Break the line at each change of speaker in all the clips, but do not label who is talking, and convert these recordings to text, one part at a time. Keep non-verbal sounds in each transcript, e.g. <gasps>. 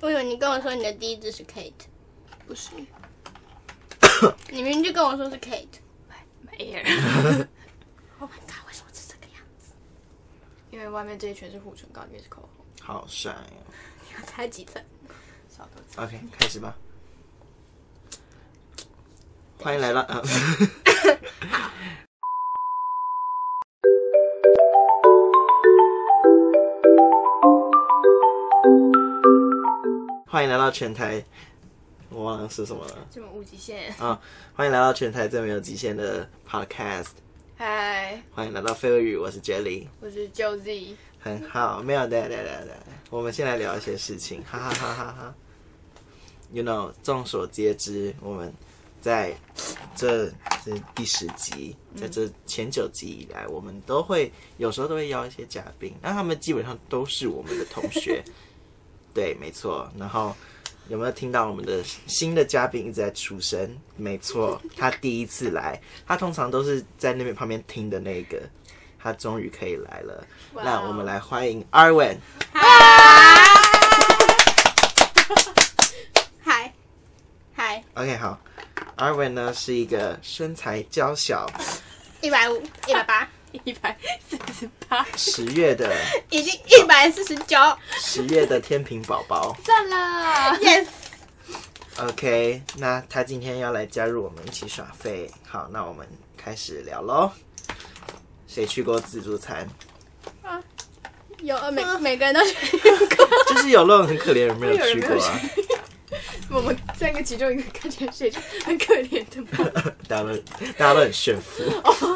我以为你跟我说你的第一只是 Kate，
不是，
你明明就跟我说是 Kate。 <laughs>
没有，
Oh my god！为什么是这个样子？
因为外面这一圈是护唇膏，里面是口红，
好帅哦。
你要 <laughs> 猜几层？
少多次。
OK，开始吧。欢迎来到啊。 <laughs> 欢迎来到全台，我忘了是什么了。啊
这么无极限，
欢迎来到全台最没有极限的 Podcast，
嗨，
欢迎来到飞儿语，我是 Jelly。
我是 Jozy，
很好，没有的，对对对，我们先来聊一些事情，哈哈哈哈哈。You know，众所皆知，我们在这这第十集，在这前九集以来，我们都会有时候都会邀一些嘉宾，那他们基本上都是我们的同学， <laughs> 对，没错。然后有没有听到我们的新的嘉宾一直在出声？没错，他第一次来，他通常都是在那边旁边听的那个，他终于可以来了。
哇哦
那我们来欢迎 Arwen。
<laughs> 嗨，嗨，
OK，好，Arwen 呢是一个身材娇小，
一百五，一百
<laughs>
八，
一百四十八，
十月的
已经一百四十九。
十月的天平宝宝。
算了，
Yes，
OK，那他今天要来加入我们一起耍废。好，那我们开始聊喽。谁去过自助餐？
有呃
啊
每每个人都是
就是有那种很可怜人没有去过
有人
啊。
我们三个其中一个看起来是很可怜的嘛，
<laughs> 大家都大家都很炫富。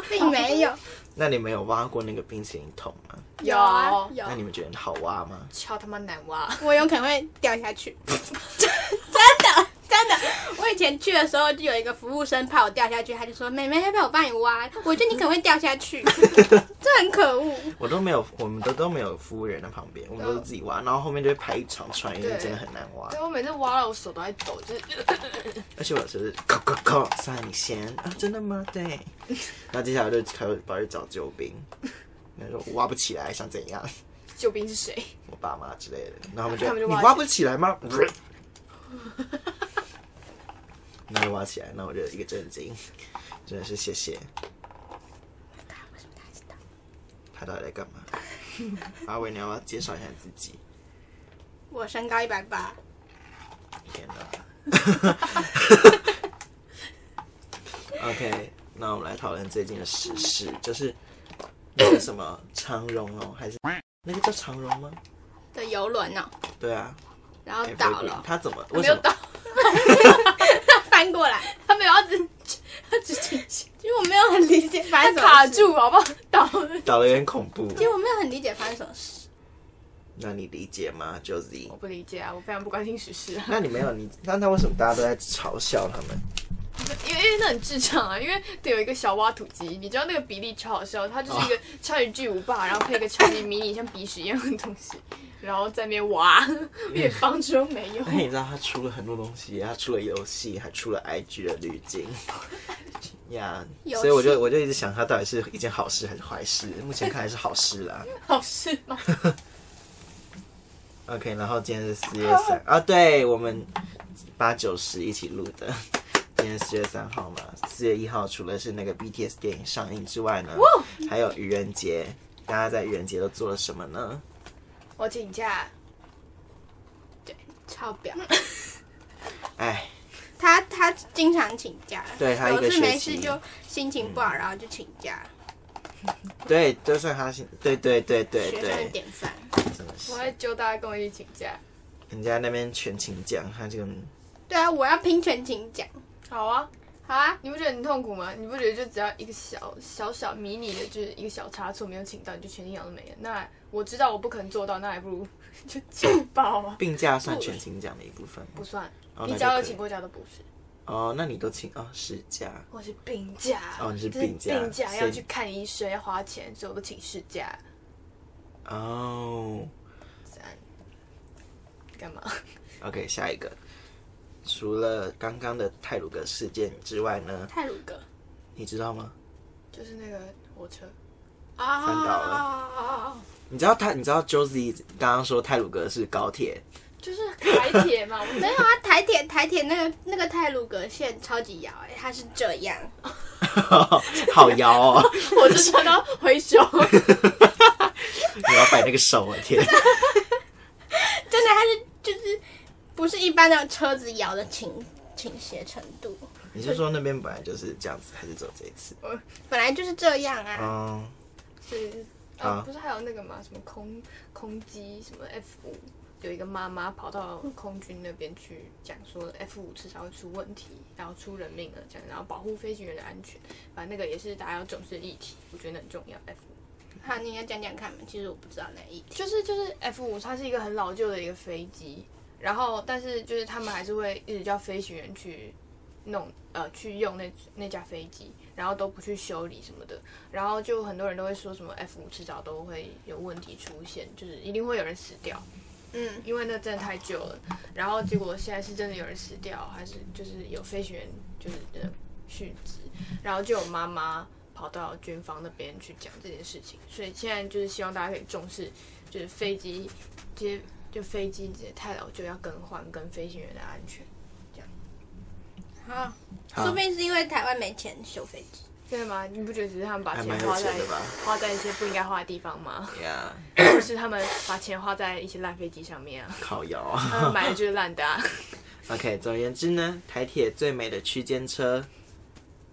并没有。
那你们有挖过那个冰淇淋桶吗？
有啊，有
那。你们觉得好挖吗？
超他妈难挖，
我有可能会掉下去， <laughs> 真的真的。我以前去的时候就有一个服务生怕我掉下去，他就说：“妹妹，要不要我帮你挖？我觉得你可能会掉下 <laughs> 去。”这很可恶。
我都没有，我们都都没有服务员在旁
嗯
边，我们都是自己挖，然后后面就会排一长串，因为
对
真的很难挖
对。我每次挖了我手都在抖，就是 <laughs>
而且我就是扣扣扣，算你先啊，真的吗？对。然后接下来我就开始跑去找救兵，那说我挖不起来，想怎样？
救兵是谁？
我爸妈之类的，然后他们就
他们就
你
挖
挖不起来吗？ <laughs> 那就挖起来，那我就一个震惊，真的是谢谢。他到底在干嘛？ <laughs> 阿伟，你要不要介绍一下你自己？
我身高一百八，
天哪 <laughs> ！OK，那我们来讨论最近的时事，就是那个什么长荣哦，还是那个叫长荣吗？
的游轮呢，
对啊，
然后
Evergreen，
倒了，
他怎么
他
为
没
什
有
么
倒， <laughs>
翻过来。
他没有，他只他只挺起，
其实我没有很理解发
他
生什么
卡
事，
住好不好？倒了。
搞得有点恐怖？
其实我没有很理解发生什么事。
那你理解吗，Josie？
我不理解啊，我非常不关心时事啊，
那你没有你，那那为什么大家都在嘲笑他
<laughs>
们？
因为因为那很智障啊，因为对有一个小挖土机，你知道那个比例超好笑，它就是一个超级巨无霸，然后配一个超级迷你像鼻屎一样的东西，然后在那边挖， <laughs> 连帮助都没有
而，哎且你知道他出了很多东西，他出了游戏，还出了 IG 的滤镜。 <laughs> 呀、
游戏
所以我就我就一直想，他到底是一件好事还是坏事？目前看来是好事啦。
好事吗？
<laughs> OK，然后今天是四月三啊，对我们八九十一起录的。 <laughs> 今天四月三号嘛，四月一号除了是那个 BTS 电影上映之外呢，还有愚人节。大家在愚人节都做了什么呢？
我请假，
超表，
哎，
他他经常请假，
对他一
有
个
事
学
没
期嗯
事就心情不好，然后就请假，
对，就算他是，对对对对
学生的
对，
典范。
真的是
我。会揪大家跟我一起请假。
人家那边全勤奖，他这个
对啊，我要拼全勤 <laughs> 奖。
好啊，
好啊，
你不觉得很痛苦吗？你不觉得就只要一个小小小迷你的，就是一个小差错没有请到，你就全勤奖都没了？那我知道我不可能做到，那还不如就请报啊，
病假算全勤奖的一部分吗
不算，
哦那
你
就
只要有
可以
请过假都不是。
哦，那你都请哦事假，
我是病假，
哦你是
就是
病假
病假
所以
要去看医生，要花钱，所以我都请事假。
哦
赞干嘛？ <laughs>
，OK，下一个。除了刚刚的泰鲁格事件之外呢，
泰鲁格
你知道吗？
就是那个火车，
啊
翻倒了
了。
你知道泰，你知道 Josie 刚刚说泰鲁格是高铁， <laughs>
就是台铁 <laughs> 嘛，我们
没有啊，台铁台铁那个那个泰鲁格线超级摇哎、它是这样，
好摇哦！ <laughs>
我就想到回 <laughs> 首，
你要摆那个手，我啊天！
真的它是就是不是一般的车子摇的倾倾斜程度，
你是说那边本来就是这样子，还是走这一次？
本来就是这样啊。
嗯，
是
啊
啊，不是还有那个嘛，什么空空机什么 F 五，有一个妈妈跑到空军那边去讲说 F 五至少会出问题，然后出人命了这样，然后保护飞行员的安全，反正那个也是大家要重视的议题，我觉得很重要。F 五
好，你要讲讲看嘛，其实我不知道哪一题。
就是就是 F 五，它是一个很老旧的一个飞机，然后但是就是他们还是会一直叫飞行员去弄呃去用那那架飞机，然后都不去修理什么的，然后就很多人都会说什么 F 五迟早都会有问题出现，就是一定会有人死掉，
嗯，
因为那真的太旧了。然后结果现在是真的有人死掉，还是就是有飞行员就是呃殉职，然后就有妈妈跑到军方那边去讲这件事情，所以现在就是希望大家可以重视，就是飞机这些就飞机这些太老旧要更换，跟飞行员的安全，
好，
好
说不定是因为台湾没钱修飞机。
对吗？你不觉得只是他们把
还
钱
蛮有
花在
钱的吧
花在一些不应该花的地方
<laughs>
吗？
呀，
或是他们把钱花在一些烂飞机上
<laughs>
面啊？
好摇
他们
啊
买的就是烂的、啊。
！OK，总而言之呢，台铁最美的区间车，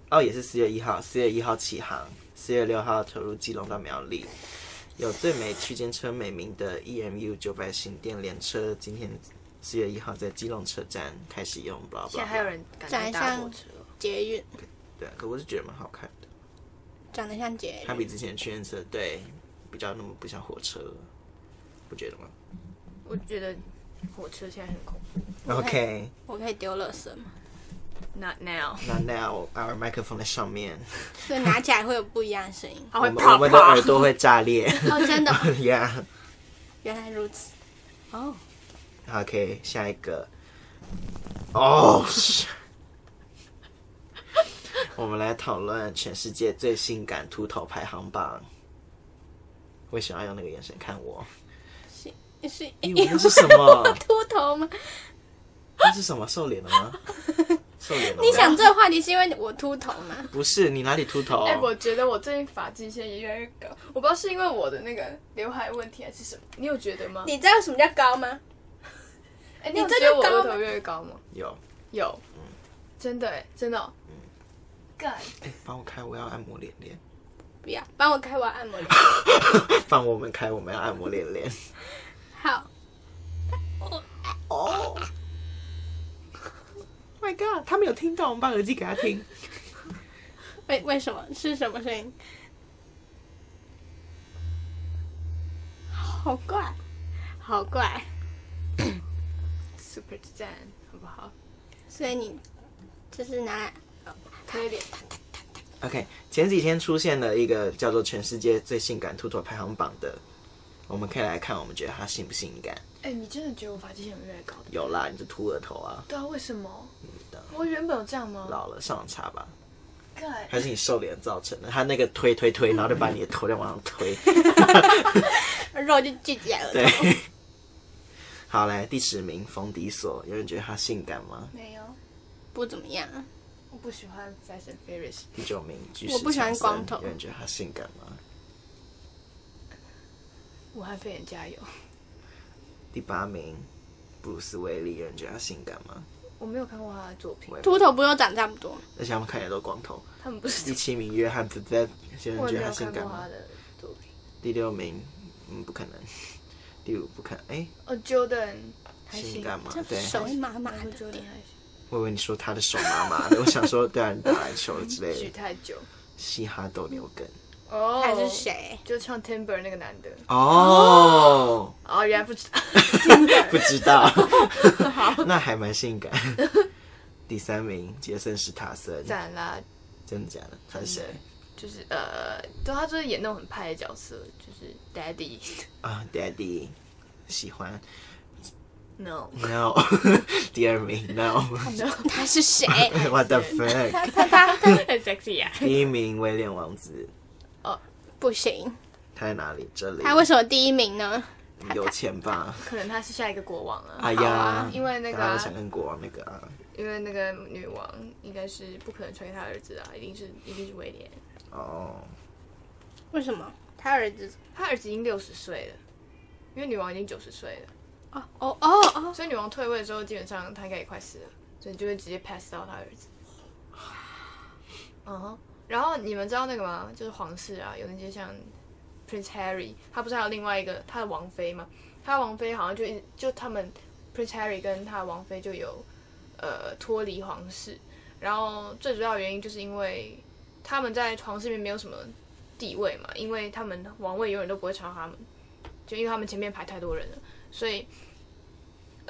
哦，也是四月一号，四月一号起航，四月六号投入基隆到苗栗。有最美区间车美名的 EMU 九百型电联车，今天四月一号在基隆车站开始用，blah blah blah，
现在还有人敢去搭火车哦，
捷运
对啊，可我是觉得蛮好看的。
长得像捷
它
运，
比之前的驱车对比较那么不像火车了，不觉得吗
我觉得火车现在很恐怖。
？OK，
我可以丢垃圾吗？
Not now，
那 now our 麦克风在上面，
所以拿起来会有不一样的声音。
它
我
会
们
啪
我们的
啪
耳。朵会炸裂。
哦，
<laughs>
真的哦，
yeah，OK，、
原来如此。哦，
OK，下一个。哦、是 <laughs> 我们来讨论全世界最性感秃头排行榜。为什么要用那个眼神看我？
是
咦我那是什么
秃头吗？
<laughs> 那是什么瘦脸了吗？瘦脸了吗？
你想这个话题是因为我秃头吗？
不是你哪里秃头？
哎、我觉得我最近发际线也越来越高，我不知道是因为我的那个刘海问题还是什么，你有觉得吗？
你知道什么叫高吗？
哎、你有
你真
觉
的
得我
高吗
额头越来越高吗？
有，
有，真的哎、真的、哦。干，
哎、帮我开，我要按摩脸脸。 <laughs>
不要，帮我开我按摩脸。
放我们开，我们要按摩脸脸。
好
哦、m y God，他没有听到，我们把耳机给他听。
为为什么是什么声音？好怪，好怪。
super 赞，好不好？
所以你就是拿来
推脸，
OK，前几天出现了一个叫做“全世界最性感秃头排行榜”的，我们可以来看，我们觉得他性不性感？
哎、你真的觉得我发际线越来越高的？
有啦，你就秃额头啊，
对啊，为什么？
的
我原本有这样吗？
老了上网查吧，
干，
还是你瘦脸造成的？他那个推推推，然后就把你的头再往上推。
肉就聚集在耳朵。
对，好来第十名，冯迪索，有人觉得他性感吗？
没有，
不怎么样啊。
我不喜欢 Fast and Furious。
第九名，巨
我
石
不喜欢
强森
光头
有人觉得他性感吗？
武汉肺炎加油！
第八名，布鲁斯威利，有人觉得他性感吗？
我没有看过他的作品
我，也
秃头不都长差不多吗？
而且他们看起来都光头。
他们不是
第七名，约翰·普泽，有
我
人觉得
也没
他
有
性
看过
感吗
他？的作品。
第六名，嗯，不可能。 <laughs> 第五，不可能。哎、
哦，Jordan 还
性
行，
感吗
这？
啊对，
手会麻麻
我
的
Jordan
点。
还行，
我以为你说他的手麻麻的，我 <laughs> 想说，对啊，你打篮球之类
举
的，
太久
嘻哈斗牛梗。
哦
还是？谁？
就唱 Timber 那个男的
哦，
哦，原来不知 <laughs> 道，
不
<laughs>
知道，那还蛮性感。第三名，杰森·史塔森，
赞啦，
真的假的？他是谁？
就是呃，对，他就是演那种很派的角色，就是 Daddy。 <laughs>
嗯
啊、d a d d y 喜欢
No
No，第 <laughs> 二名 No，What
<laughs> No，
他是谁？ <laughs>
the fuck？
他他他他
很 sexy 啊呀。
第一名威廉王子，
不行，
他在哪里？这里。
他为什么第一名呢？
有钱吧？
可能他是下一个国王了。
哎
好
呀，
啊因为那个
大家
啊、
都想跟国王那个啊，
因为那个女王应该是不可能传给他儿子啊，一定是一定是威廉。
哦，
为什么？他儿子
他儿子已经六十岁了，因为女王已经九十岁了，
哦哦哦哦，
所以女王退位之后，基本上他应该也快死了，所以就会直接 pass 到他儿子。嗯哼，然后你们知道那个吗？就是皇室啊，有那些像 Prince Harry，他不是还有另外一个他的王妃吗？他的王妃好像就一就他们 Prince Harry 跟他的王妃就有呃脱离皇室，然后最主要的原因就是因为他们在皇室里面没有什么地位嘛，因为他们王位永远都不会传到他们，就因为他们前面排太多人了，所以。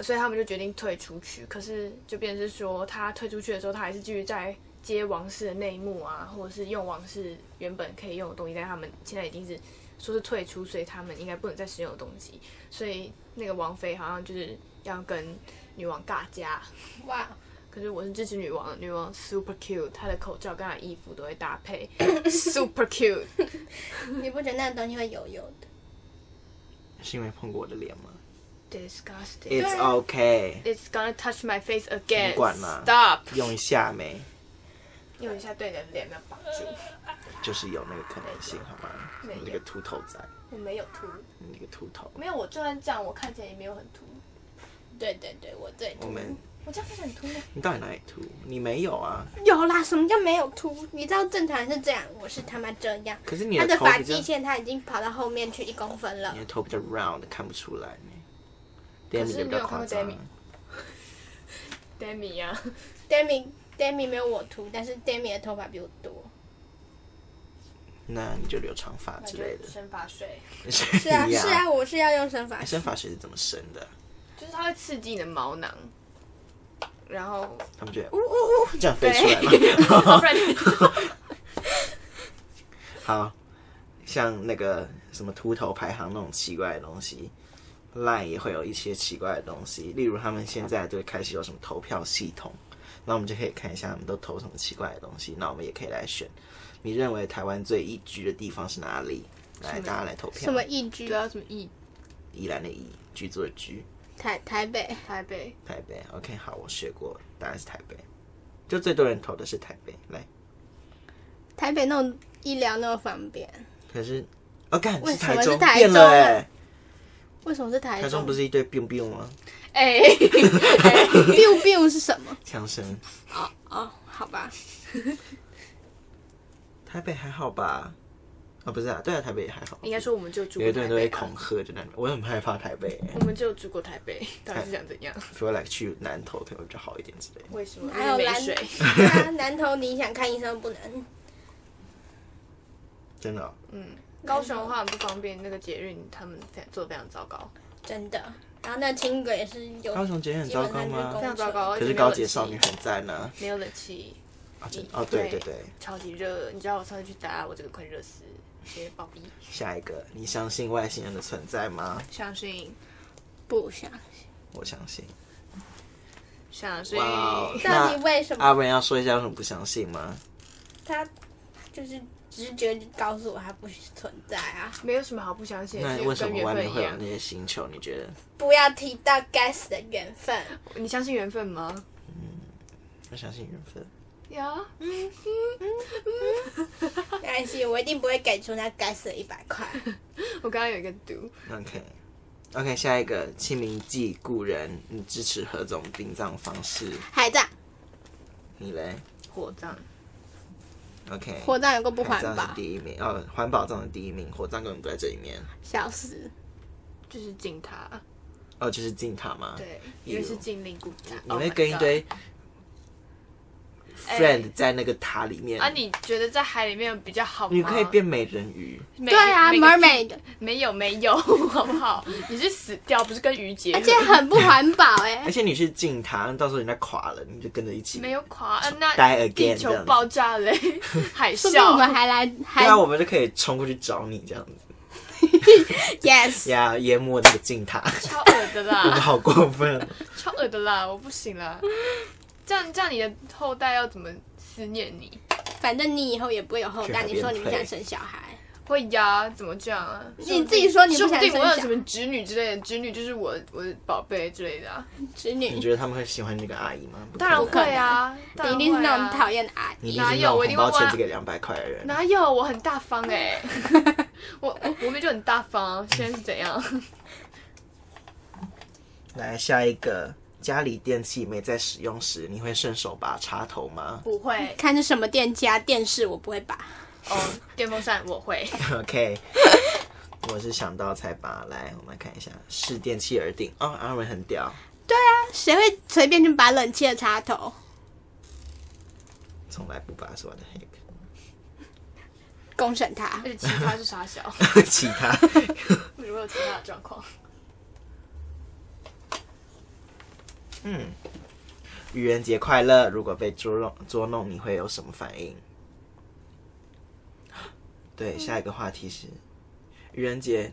所以他们就决定退出去，可是就变成是说，他退出去的时候，他还是继续在接王室的内幕啊，或者是用王室原本可以用的东西，但他们现在已经是说是退出，所以他们应该不能再使用的东西，所以那个王妃好像就是要跟女王尬架。
哇，
可是我是支持女王的，女王 super cute，她的口罩跟她的衣服都会搭配 super cute。
你不觉得那个东西会油油的？
是因为碰过我的脸吗
Disgusting.
？It's OK，
It's gonna touch my face again.
你管吗
Stop.
用一下没，
用一下对你的脸没有绑住，
就是有那个可能性，好吗？
没有
那个秃头仔，
我没有秃，
那个秃头，
没有我就算这样，我看起来也没有很秃。
对对对，我对
我们
我这样看起来很秃吗？
你到底哪里秃？你没有啊？
有啦，什么叫没有秃？你知道正常人是这样，我是他妈这样。
可是你
他
的
的
头
发
比较
际，线他已经跑到后面去一公分了
你。的头比较 round，看不出来呢。
是
Demi 的比
你有
较
看过
夸张
Demi，Demi
啊
呀、
Demi Demi 没有我秃，但是 Demi 的头发比我多。
那你就留长发之类的，
生发水，
是啊
是
是啊，我是要用生发
哎，
水。
生发水是怎么生的？
就是它会刺激你的毛囊，然
<laughs>
后
他们觉得呜呜呜这样飞出来
对
<laughs> 吗？
要不然你
好像那个什么秃头排行那种奇怪的东西，Line 也会有一些奇怪的东西，例如他们现在就开始有什么投票系统，那我们就可以看一下他们都投什么奇怪的东西，那我们也可以来选，你认为台湾最宜居的地方是哪里？来，大家来投票。
什么宜居
主？要什么意
宜兰的宜，居住的居，
台台北。
台北
台北。OK，好，我学过，答案是台北。就最多人投的是台北，来，
台北那种医疗那么方便，
可是，哦，干
为
是
什么
台
是
中
台
变了
中啊
哎、
为什么是台
台中不是一堆 biu biu 吗？
哎、
biu biu 是什么？
枪声。
哦哦，好吧，
台北还好吧？啊，不是啊，对啊，台北也还好。
应该说我们就住
有
过
一堆人
台
都会
北、
恐
啊，
吓，就那边，我很害怕台北、欸，
我们就住过台北，到底是想怎样？
所以我来去南投可能会比较好一点之类的。
为什么？
还有
因为
蓝
没水，
对啊，南投你想看医生不能，
真的哦、
嗯，高雄的话很不方便，那个捷运他们非做的非常糟糕，
嗯真的。然后那轻轨也是有
高雄捷运很糟糕
基本上就是
吗
公
非？常糟糕。
可是高铁少女很赞呢、
没有冷气，
啊。真哦，对对对，
超级热，你知道我上次去打，我这个快热死，直接暴毙。
下一个，你相信外星人的存在吗？
相信，
不想。
我相信。
相信。
哇哦
到底为什么
阿文要说一下为什么不相信吗？
他就是直觉就告诉我它不存在啊！
<laughs> 没有什么好不相信的，
那
就
为什
是跟
么
缘
外
分
面
一
会有
样
那。些星球？你觉得？
不要提到该死的缘分。
你相信缘分吗？
我相信缘分。
呀，嗯
没关系，我一定不会给出那该死的一百
<laughs>
块。
我刚刚有一个毒，
OK。OK，下一个清明祭故人，你支持何种殡葬方式？
海葬，
你嘞
火葬，
？OK，
火葬有个不
海
环
葬是
保，
第一名，哦，环保葬是第一名，火葬根本不在这里面。
消失。
就是敬他，
哦，就是进塔嘛。，
对，Oh
呦
因为是敬灵骨塔。
你会跟一堆
Oh my god
friend 在那个塔里面。
啊？你觉得在海里面比较好吗？
你可以变美人鱼，
每
对啊
每个
，mermaid，
没有没有，好不好？ <laughs> 你是死掉，不是跟鱼结合？
哎
而且很不环保哎、
<laughs> 而且你去进塔，到时候人家垮了，你就跟着一起。
没有垮，啊、那
Die again
地
这
球
样子
爆
<laughs>
炸嘞，海
说不定我们
啸，
还来还
对啊，我们就可以冲过去找你这样子，
yes，
呀，淹没那个进
<laughs>
塔，
超恶的
我们 <laughs>
啦，
好过分。啊
超恶的啦，我不行啦。这样这样，你的后代要怎么思念你？
反正你以后也不会有后代，
去海边
你说你不
配
想生小孩，
会呀，怎么这样啊？
你自己说你不
说不
想
定我有
生
什
小
么侄女之类的，侄女就是我我的宝贝之类的啊。
侄
你
女，
觉得他们会喜欢这个阿姨吗？不
当然
可能
会啊，当
你
然
一定是
会
那
啊
种讨厌的阿姨。
你一定
哪
是那
有
种
我
红
一定
包
会
圈
挖
只给两百块的人。
哪有我很大方 <laughs> 哎、我我我们就很大方、啊，现在是怎样？
来下一个，家里电器没在使用时，你会顺手拔插头吗
不会
看是什么店家电视，我不会拔。
哦，电风扇我会，
<laughs> ？OK，我是想到才拔。来，我们来看一下，是电器耳顶哦，阿文很屌，
啊谁会随便就拔冷气的插头？
从来不拔是我的 hack。 <laughs>
公审他
而。且其他是傻小，
其他，
如果有其他的状况，
嗯，愚人节快乐！如果被捉弄捉弄，你会有什么反应？对，下一个话题是愚人节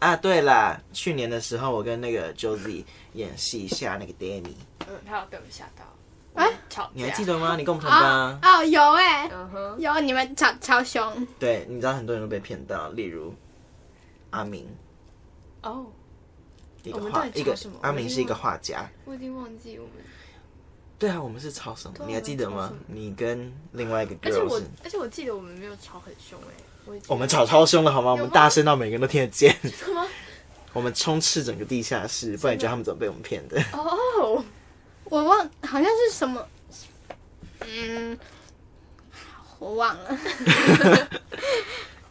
啊。对啦，去年的时候我跟那个 Josie 演戏下那个 Danny，
嗯，他有被我们吓到，
哎
嗯吵架，
你还记？得吗？你跟我们同班啊、
哦，有哎、
嗯哼，
有你们超超凶，
对，你知道很多人都被骗到，例如阿明，
哦，
一个
我们
画
到底
一个
吵什么
阿
我已
明
经
是一个
忘
画家。
我已经忘记我们，
对啊，我们是吵什么？
对啊
你还记得
我们
吗
吵什么？
你跟另外一个
而且我
girl 是，
而且我记得我们没有吵很凶哎、我
我们吵超凶了好吗？我们大声到每个人都听得见，
什么？
<laughs> 我们充斥整个地下室，不然你觉得他们怎么被我们骗的？ <laughs>
哦，
我忘好像是什么，嗯，我忘
<laughs>
了。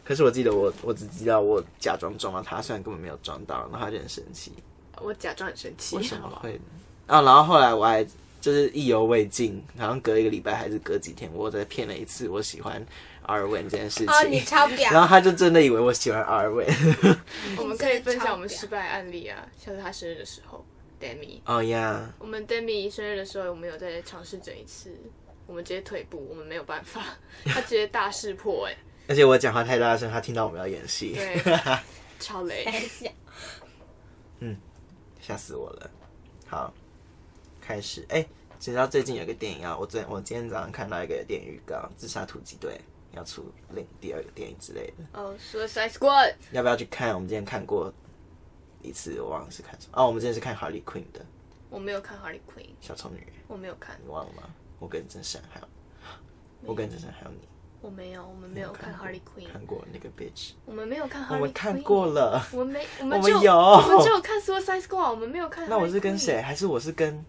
可是我记得我，我只知道我假装撞到他，虽然根本没有撞到，然后他就很生气，
我假装很生气，
为什么
好不好
会？啊，然后后来我还就是意犹未尽，好像隔一个礼拜还是隔几天，我再骗了一次我喜欢阿尔文这件事情。
啊
哦，你超
<laughs> 然
婊，
后他就真的以为我喜欢阿尔文。
我们可以分享我们
真的超
失败案例啊，像是他生日的时候，Demi，
哦呀，
我们 Demi 生日的时候，我们有再尝试整一次，我们直接退步，我们没有办法，他直接大识破、哎，
而且我讲话太大声，他听到我们要演戏，
对超雷。
<laughs>
<laughs>
吓死我了。好，开始。哎、你知道最近有个电影啊？我昨我今天早上看到一个电影预告，《自杀突击队》要出另第二个电影之类的，
哦、s u i c i d e Squad，
要不要去看？我们之前看过一次，我忘了是看
嗯
什么。哦，我们之前是看 Harley Quinn 的
我没有看 Harley Quinn，
小丑女，
我没有看
你，忘了吗？我跟真善还有我跟真善还有你
我没有，我们没有看
过
Harley Quinn，
看过那个 bitch，
我们没有看 Harley Quinn，
我们看过了。
我们没，我
我
们
们
就
有
我们只有看 Suicide Squad，我们没有看 Harley Quinn。
那我是跟谁？还是我是跟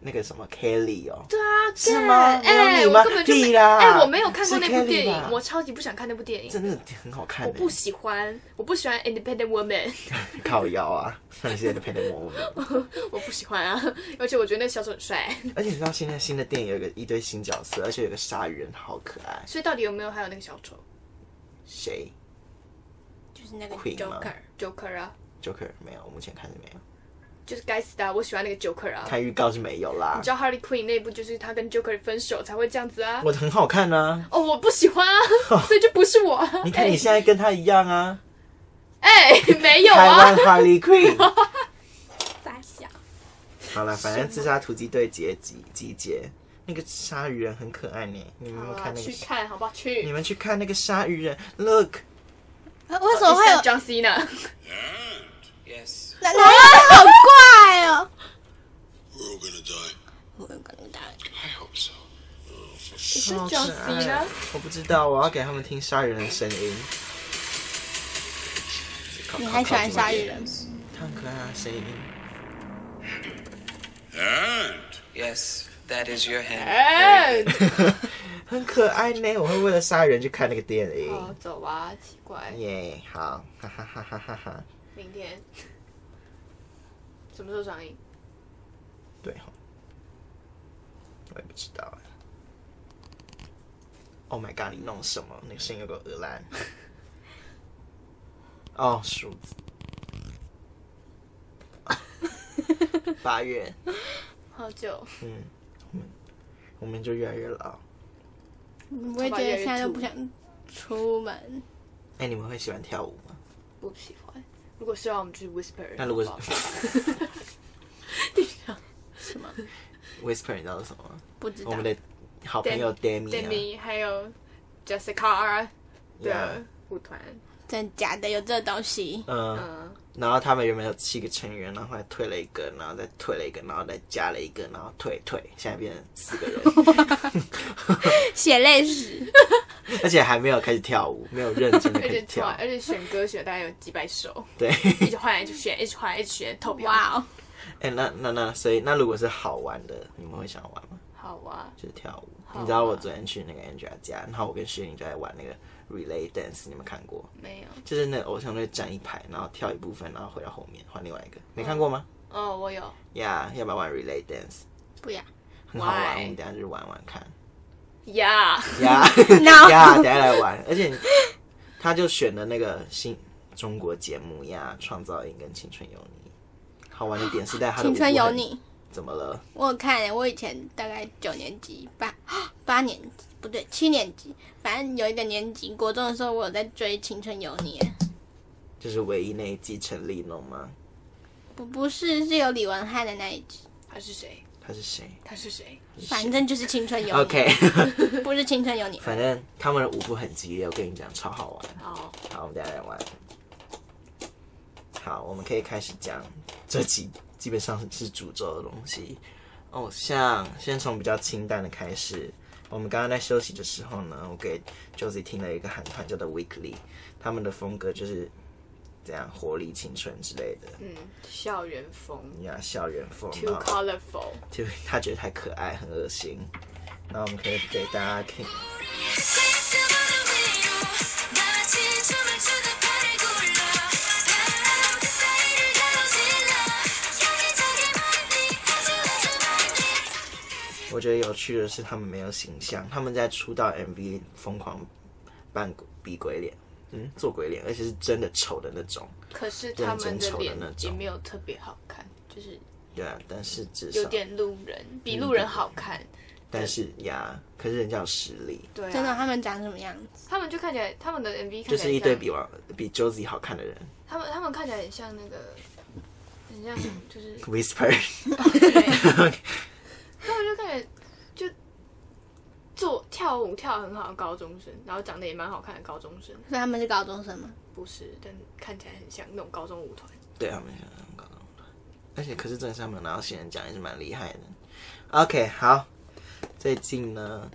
那个什么 Kelly 哦？
对啊，
是
干
吗没有
哎、
你吗
我根本就
屁
没，
啦
哎、我没有看过
是
那部
Kelly
电
吧
影，我超级不想看那部电影，
真的很好看、欸，
我不喜欢，我不喜欢 Independent Woman， <laughs>
<laughs> 靠腰啊！那你现在就陪着我们。
我不喜欢啊，而且我觉得那个小丑很帅，
而且你知道现在新的电影有一个一堆新角色，而且有个鲨鱼人好可爱，
所以到底有没有还有那个小丑
谁
就是那个
Queen 吗
Joker。
Joker 啊？
？Joker 没有，我目前看是没有，
就是该死的啊、我喜欢那个 Joker 啊。
看预告是没有啦
你知。道 Harley Quinn 那一部就是他跟 Joker 分手才会这样子啊？
我的很好看啊！
哦，我不喜
<laughs>
欢啊，所以就不是我啊。
你看你现在跟他一样啊，
哎、哎没有
台湾
啊， <laughs>
Harley Quinn。
傻笑，
好了，反正自杀突击队结集集结，那个鲨鱼人很可爱呢。你们有没有
好啊
看那
去
个？
看好不好？
你
去。
们去看那个鲨鱼人，Look，
呃为什么会有？
John Cena？
<laughs>
Yes.
<laughs> 哪哪一个好怪哦！
We're all gonna die.
我有跟大家
I hope so.
你是
好
John
可
Cena？
爱。我不知道，我要给他们听鲨鱼人的声音。
你还喜欢鲨鱼人？
他很可爱啊，声音。
And? Yes, that is your hand.
哎，
<laughs> 很可爱呢，我会为了鲨鱼人去看那个电
好
影。
走吧，奇怪，
耶、好，哈哈哈哈哈哈。
明天什么时候
<laughs>
上映？
对哦，我也不知道哎。Oh my god！你弄什么？那个声音有个鹅烂。 <laughs> 哦，数字。八月，
好久，
嗯，我们我们就越来越老。
你不会觉得现在都不想出门？
哎、你们会喜欢跳舞吗？
我不喜欢。如果是让我们去 Whisper，
那如果是啊
好不好
<laughs>
地上
Whisper，你知道是什么吗？
不知道
我们。的好朋友 Demi 啊
Demi 还有 Jessica 的舞团，
真假的有这东西？
嗯，
嗯，
然后他们原本有七个成员，然后后来退了一个，然后再退了一个，然后再加了一个，然后退退，现在变成四
<laughs>
个人，
血泪
<laughs>
史，
而且还没有开始跳舞，没有认真的
而
开始
且跳，
跳，
而且选歌选大概有几百首，
<laughs> 对，
一直换，一直选，一直换，一直选，投票。
哇哦！
哎、那那那，所以那如果是好玩的，你们会想玩吗？
好啊，
就是跳舞。
好啊
你知道我昨天去那个 Angela 家，然后我跟诗颖就在玩那个 Relay Dance，你们看过？
没有，
就是那个偶像队站一排，然后跳一部分，然后回到后面换另外一个。你看过吗？
哦，我有，
呀、要不要玩 Relay Dance？
不要，
很好玩，
Why？
我们等一下就玩玩看。
呀，
呀
<laughs> No
呀，等一下来玩。而且他就选了那个新中国节目呀，《创造营》跟《青春有你》。好玩的点是在他的
青春
舞步
有
很
你，
怎么了？
我有看欸我以前大概九年级八 <gasps> 八年级不对七年级，反正有一个年级国中的时候，我有在追《青春有你》欸耶，
就是唯一那一季陈立农吗？
不不是是有李文翰的那一集，
他是谁？
他是谁？
他是谁？
反正就是《青春有你》
OK，
<laughs> 不是《青春有你》，
<laughs> 反正他们的舞步很激烈，我跟你讲，超好玩。
哦，
好，我们等一下来玩。好，我们可以开始讲这集基本上是主轴的东西。偶像，先从比较清淡的开始。我们刚刚在休息的时候呢，我给 Josie 听了一个韩团叫做 Weekly，他们的风格就是这样活力、青春之类的，
嗯，校园风
呀，校园风。
，too
然后
colorful，
就他觉得太可爱，很恶心。那我们可以给大家听，我觉得有趣的是他们没有形象，他们在出道 MV 疯狂扮鬼比鬼脸，嗯，做鬼脸，而且是真的丑的那种。
可是他们的脸
认真丑的那种
也没有特别好看，就是
对啊，但是至
有
少，
点路人，比路人好看。
但是呀，可是人家有实力，
对啊，
真的他们长什么样子？
他们就看起来，他们的 MV 看起
就
来
是一堆
像
比王比 Josie 好看的人。，
他们他们看起来很像那个，很像就是
Whisper，
对他们就看起来就做跳舞跳得很好的高中生，然后长得也蛮好看的高中生，
所以他们是高中生吗？
不是，但看起来很像那种高中舞团。
对啊他们想象高，而且可是真的是他们拿到新人奖也是蛮厉害的。OK，好，最近呢，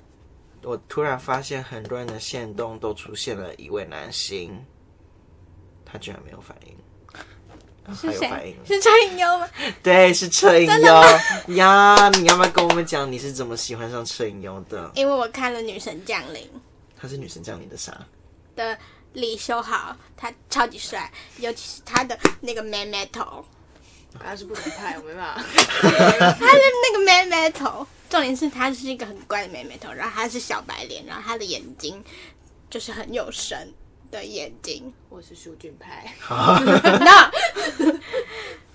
我突然发现很多人的线动都出现了一位男星，他居然没有反应。啊
是
他有反
谁
应？
<laughs>
了，
是张颖优吗？<laughs>
对，是车银
真的
优呀！你要不要跟我们讲你是怎么喜欢上车银优的？
因为我看了《女神降临》
他是女神降临的啥？
的李修豪，他超级帅，尤其是他的那个妹妹头，
我要是不敢拍，我没办法。
他的那个妹妹头，重点是他是一个很乖的妹妹头，然后他是小白脸，然后他的眼睛就是很有神的眼睛。
我是舒俊派，
那，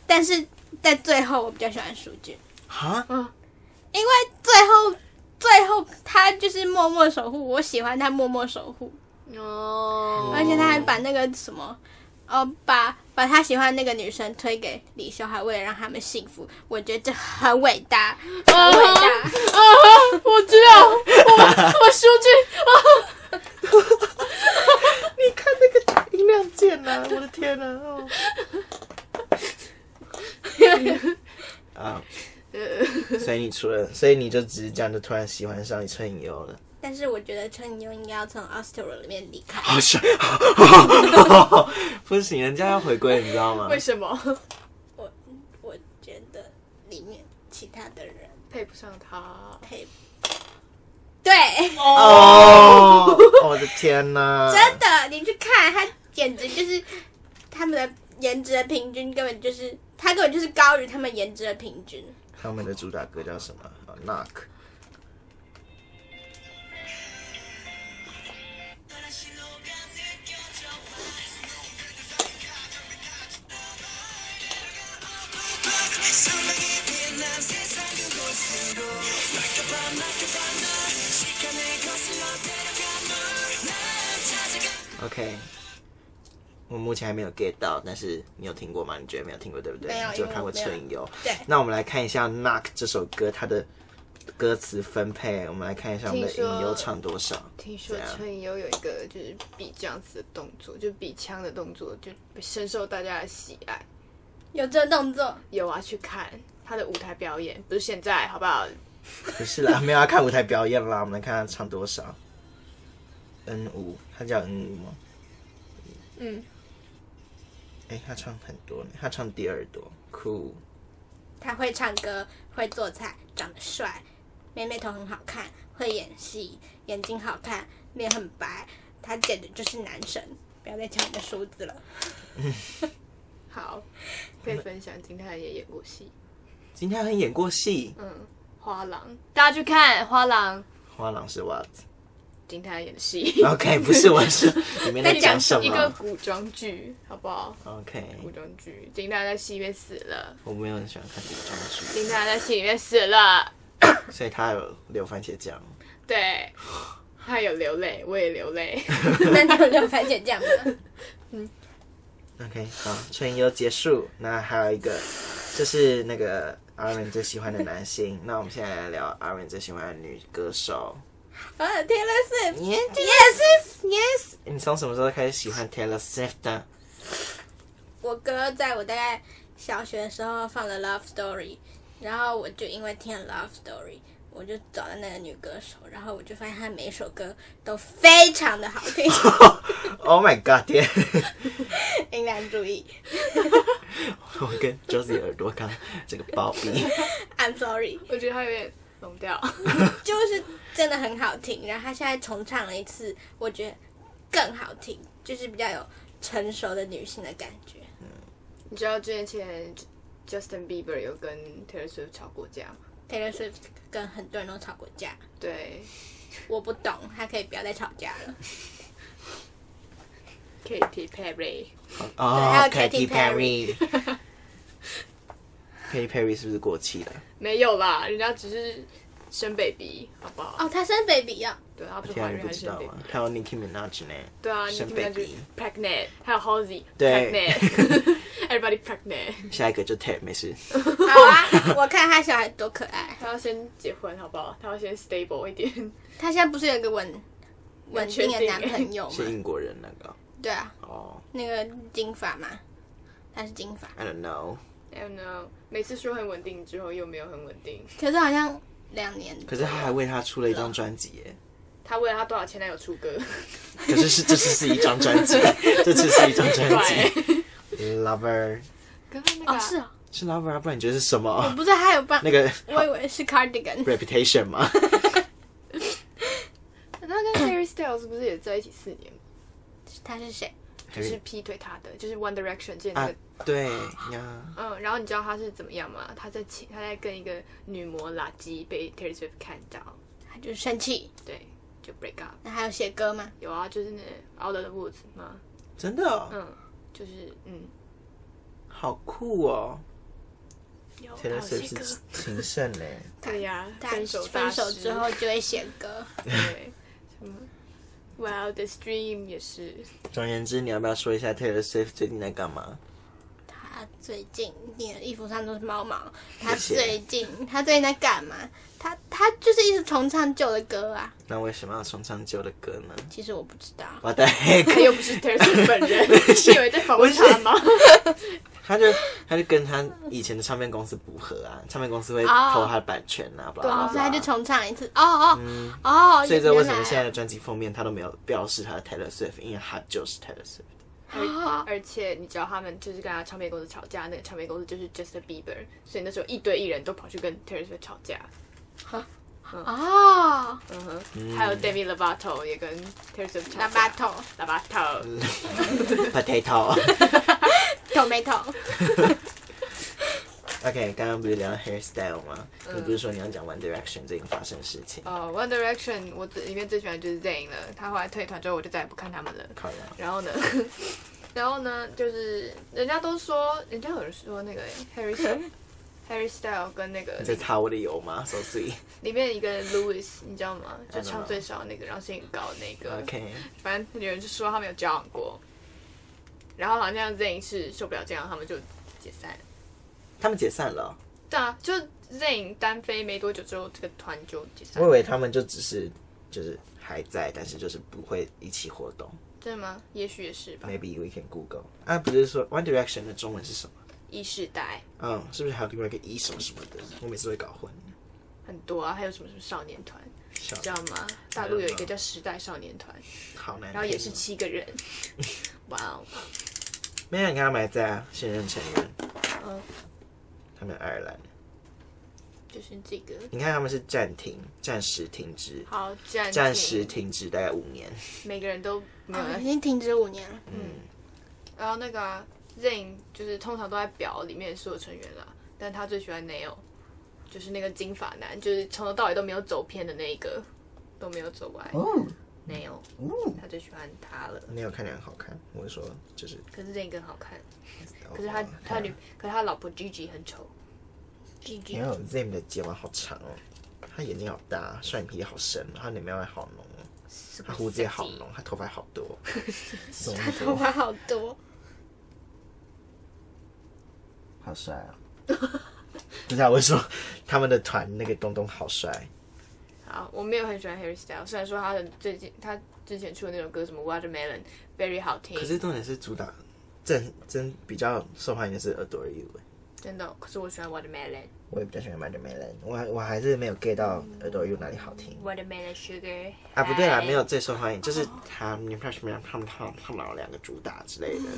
但是在最后我比较喜欢淑俊，
哈，
因为最后最后他就是默默守护，我喜欢他默默守护。
哦
而且他还把那个什么，哦，把把他喜欢那个女生推给李修海，为了让他们幸福，我觉得这很伟大，很伟大。
啊，我知道，我我舒俊，
你看那个音量键呢、啊我的天哪、哦！啊，所以你除了，所以你就只是这样就突然喜欢上车影优了，
但是我觉得陈颖优应该要从 a u s t r a 里面离开，
好帅！ <laughs> 不行，人家要回归，你知道吗
为？什么
我觉得里面其他的人
配不上他？
配。对，
哦， <laughs> 我的天
<laughs>
哪、
真的，你去看他，简直就是他们的颜值的平均，根本就是他根本就是高于他们颜值的平均。
他们的主打歌叫什么、啊、？Knock。OK，我目前还没有 get 到，但是你有听过吗？你觉得没有听过对不对？
没有
你只有
因为
看过
我没有
车影游。
对
那我们来看一下《Knock》这首歌它的歌词分配，我们来看一下我们的
听说
引流唱多少。
听说
怎样
陈以优有一个就是比这样子的动作，就比枪的动作，就深受大家的喜爱。
有这动作，
有啊，去看他的舞台表演，不是现在，好不好？
不是啦， <laughs> 没有啊要看舞台表演啦，我们来看他唱多少。N 五，他叫 N 五吗？
嗯，
哎、他唱很多呢，他唱第二多，酷。
他会唱歌，会做菜，长得帅，妹妹头很好看，会演戏，眼睛好看，脸很白，他简直就是男神！不要再讲你的梳子了。 <laughs>
好，可以分享金泰也演过戏，
今天很演过戏，
嗯，花郎，大家去看花郎，
花郎是袜子。
金泰演的戏，
OK，不是，我是里面
<laughs>
在讲什
一个
么哎
古装剧，好不好？
？OK，
古装剧，金泰在戏里面死了，
我没有很喜欢看古装剧，
金泰在戏里面死了，
所以他有留番茄酱。 <laughs>
对，他有流泪，我也流
<laughs>
泪。
那你有六番茄酱吗？
OK，好，春游结束。那还有一个，就是那个阿文最喜欢的男星。 <laughs> 那我们现在来聊阿文最喜欢的女歌手。
啊，Taylor Swift，
Yes, yes, yes。你从什么时候开始喜欢 Taylor Swift 啊的？
我哥在我大概小学的时候放了《Love Story》，然后我就因为听了《Love Story》，我就找到那个女歌手，然后我就发现她每一首歌都非常的好听，
<laughs> Oh my god！天， <laughs>
引然注意
我跟 Josie 耳朵刚这个包
<laughs>
庇。
，I'm sorry，
我觉得他有点聋掉。
就是真的很好听。然后她现在重唱了一次，我觉得更好听，就是比较有成熟的女性的感觉。
你知道之前 Justin Bieber 有跟 Taylor Swift 吵过架吗？
Taylor Swift 跟很多人都吵过架，
对，
我不懂，她可以不要再吵架了。
Katy Perry。
哦、
对还有
Katy
Katy
Perry。Katy Perry 是不是过气了？
<laughs> 没有啦，人家只是生 baby，好不好？
哦，她生 baby 啊、
对，她不是
天啊，
怀
你
孕
不
还
知
是
道
生
吗
baby？？
还有 Nicki Minaj 呢？
对啊，你
生
听不到就是
baby
pregnant，还有 Halsey
对 <laughs>
pregnant，everybody pregnant，
下一个就 Ted，没
<laughs>
事。
好啊，我看他小孩多可爱。
她要先结婚好不好？她要先 stable 一点，
他现在不是有一个稳稳定的男朋友
是
吗？
英国人那个
对啊，
哦、
那个金发嘛，他是金发，
i don't know。
and know，每次说很稳定之后又没有很稳定，
可是好像两年。
可是他还为他出了一张专辑耶，
她为了她多少前男友出歌，
可是是这次是一张专
<laughs>
辑，这次是一张
<laughs>
专辑。
对，
Lover
可是那
哦
个，
是哦，
是 Lover 啊，不然你觉得是什
我
么？
不是还有帮
那个
我以为是 cardigan。
Reputation 吗？
她跟 Harry Styles 不是也在一起四年吗？
<laughs> 他是谁？
就是劈腿她的，就是 One Direction 之前那
啊
个，
对呀，
嗯，然后你知道他是怎么样吗？他在请他在跟一个女模垃圾被 Taylor Swift 看到，
他就是生气。
对，就 break up。
那还有写歌吗？
有啊，就是那 Out of the Woods 嘛，
真的哦，
嗯，就是嗯，
好酷哦
有他
！Taylor
有
Swift
些歌，
是情圣欸呢，
对呀、
他
分手大
分
师
手之后，就会写歌。
对，什么 Wild Dream 也是，
总而言之，你要不要说一下 Taylor Swift 最近在干嘛？
他最近你的衣服上都是猫毛。他
谢谢
最近他最近在干嘛？他他就是一直重唱旧的歌啊。
那为什么要重唱旧的歌呢
其实我不知道。
？What the
他
<laughs>
heck？
又不是 Taylor Swift 本人，你以为在访问他吗？
他就他就跟他以前的唱片公司不合啊，唱片公司会
哦
偷他的版权啊，不
哦，
啦
所
不
以他就
啦。
重唱一次。哦哦、哦，
所以这为什么现在
在
的专辑封面他都没有标示他的 Taylor Swift，因为他就是 Taylor Swift。
而而且你知道他们就是跟他唱片公司吵架，那个唱片公司就是 Justin Bieber，所以那时候一堆艺人都跑去跟 Taylor Swift 吵架。
哦，
嗯哼，还有 Demi Lovato 也跟 Taylor Swift 吵
拉
架。
巴头
嗯
Lovato，
Potato。
，tomato，
<laughs> OK，刚刚不是聊到 hairstyle 吗？你不是说你要讲 One Direction 最近发生的事情？
哦、o n e Direction，我最里面最喜欢就是 Zayn 了。他后来退团之后，我就再也不看他们了。
靠呀，
然后呢， <laughs> 然后呢，就是人家都说，人家有人说那个欸
<laughs>
Harry Styles- Harry Style 跟那个
你在擦我的油吗？So sweet。
里面一个 Louis，你知道吗？就
I don't know
唱最少那个，然后声音很高的那个。
OK，
反正有人就说他们有交往过，然后好像 Zayn 是受不了这样，他们就解散。
他们解散了。哦
对啊，就 Zayn 单飞没多久之后，这个团就解散
我以。为他们就只是就是还在，但是就是不会一起活动。
真的吗？也许也是吧。
Maybe we can Google 啊，不是说 One Direction 的中文是什么？
一世代
嗯，是不是还有另外一个一什么什么的？我每次会搞混。
很多啊，还有什么什么少年团，
笑
知道吗？大陆有一个叫时代少年团，
好难听哦。
然后也是七个人。哇哦，
没有，你看他们还在啊，现任成员。
嗯
他们爱尔兰，
就是这个。
你看他们是暂停，暂时停止，
好，暂
暂时
停，
停止大概五年。
每个人都没有
已经停止五年了。
然后那个、啊、Zayn 就是通常都在表里面所有成员啦，但他最喜欢 Nail，就是那个金发男，就是从头到尾都没有走偏的那一个，都没有走歪。
哦，
Nail，他最喜欢他了。
没有看起来很好看，我是说就是。
可是 Zayn 更好看，可是他他女，可是他老婆 Gigi
<laughs>
很丑。
没有 Zim 的睫毛好长哦，他眼睛好大，双眼皮好深，他眉毛也好浓哦，他胡子也好浓，他头发好
<laughs>
多。他头
头发好多，
好帅啊！ <laughs> 不是啊，我是说他们的团那个东东好帅，
好，我没有很喜欢 Harry Styles，虽然说他的最近他之前出的那首歌什么 Watermelon very 好听
可，是重点是主打真真比较受欢迎的是 Adore You，欸
真的，哦可是我喜欢 Watermelon
我也比较喜欢 m a d a m e l o n 我还我还是没有 get 到 Adore You 哪里好听
嗯
Watermelon Sugar
啊？不对啦，没有最受欢迎，就是他们他们他们他们他们两个主打之类的。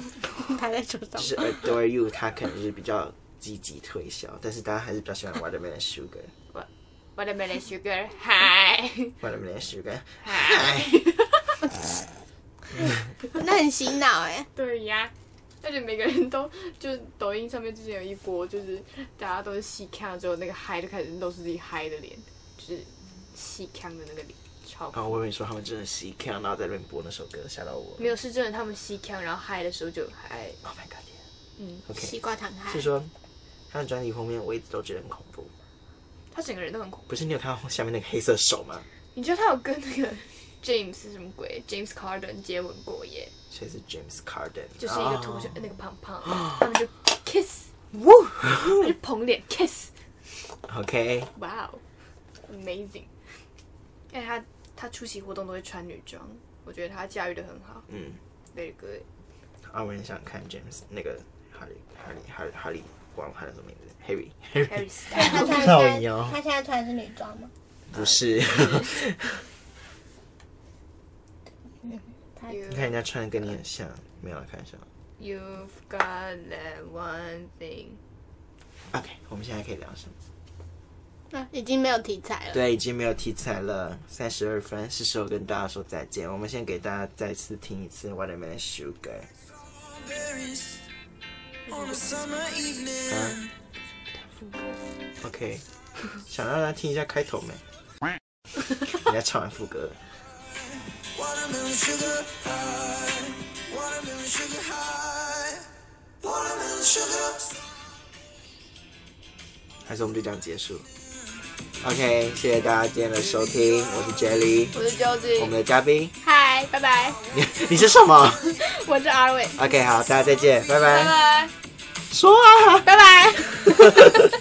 他在说
就
什
是 Adore You，它可能是比较积极推销，但是大家还是比较喜欢 Watermelon Sugar。
Watermelon Sugar Hi
Watermelon
啊
<laughs> Sugar，哎
Hi，
么？那很洗脑哎、
<laughs> 对呀。而且每个人都就是抖音上面之前有一波，就是大家都是细看了之后，那个嗨就开始露出自己嗨的脸，就是细看的那个脸，超
然后我跟你说，他们真的是一看到在那边播那首歌，吓到我。
没有是真的，他们细看，然后嗨的时候就嗨。
Oh my god！天
嗯西瓜糖嗨
是，说他的专辑封面，我一直都觉得很恐怖。
他整个人都很恐怖。
不是你有看到下面那个黑色手吗？
你知道他有跟那个 <laughs> James 是什么鬼 James Carden 接吻过耶？
谁是 James Carden？
就是一个图
哦
像，那个胖胖，他们就 kiss，他 <laughs> 们就捧脸 kiss，
OK，
哇哦，amazing！哎，他他出席活动都会穿女装，我觉得他驾驭的很好
嗯，
，very good。
啊，我很想看 James 那个哈利哈利哈利哈利，我忘了他的什么名字，Harry Harry
Harry Styles，
他现
靠
在
腰
穿，他现在穿的是女装吗？
不是。
他
你看人家穿的跟你很像，没有来看一下。
you've got that one thing。
OK，我们现在可以聊什么？
啊已经没有题材了。
对，已经没有题材了，三十二分，是时候跟大家说再见。我们先给大家再次听一次《Watermelon Sugar》。
Berries on a summer evening.
OK，想让大家听一下开头
<laughs>
没？人家唱完副歌了。
Watermelon sugar high. Watermelon sugar high. Watermelon sugar.
还是我们就这样结束。OK，谢谢大家今天的收听，我是 Jelly，
我是 Josie，
我们的嘉宾，
嗨，拜拜，
你 <laughs> 你是什么
我是阿伟，
？OK，好，大家再见，拜
拜
拜。
拜。
说啊。
拜拜。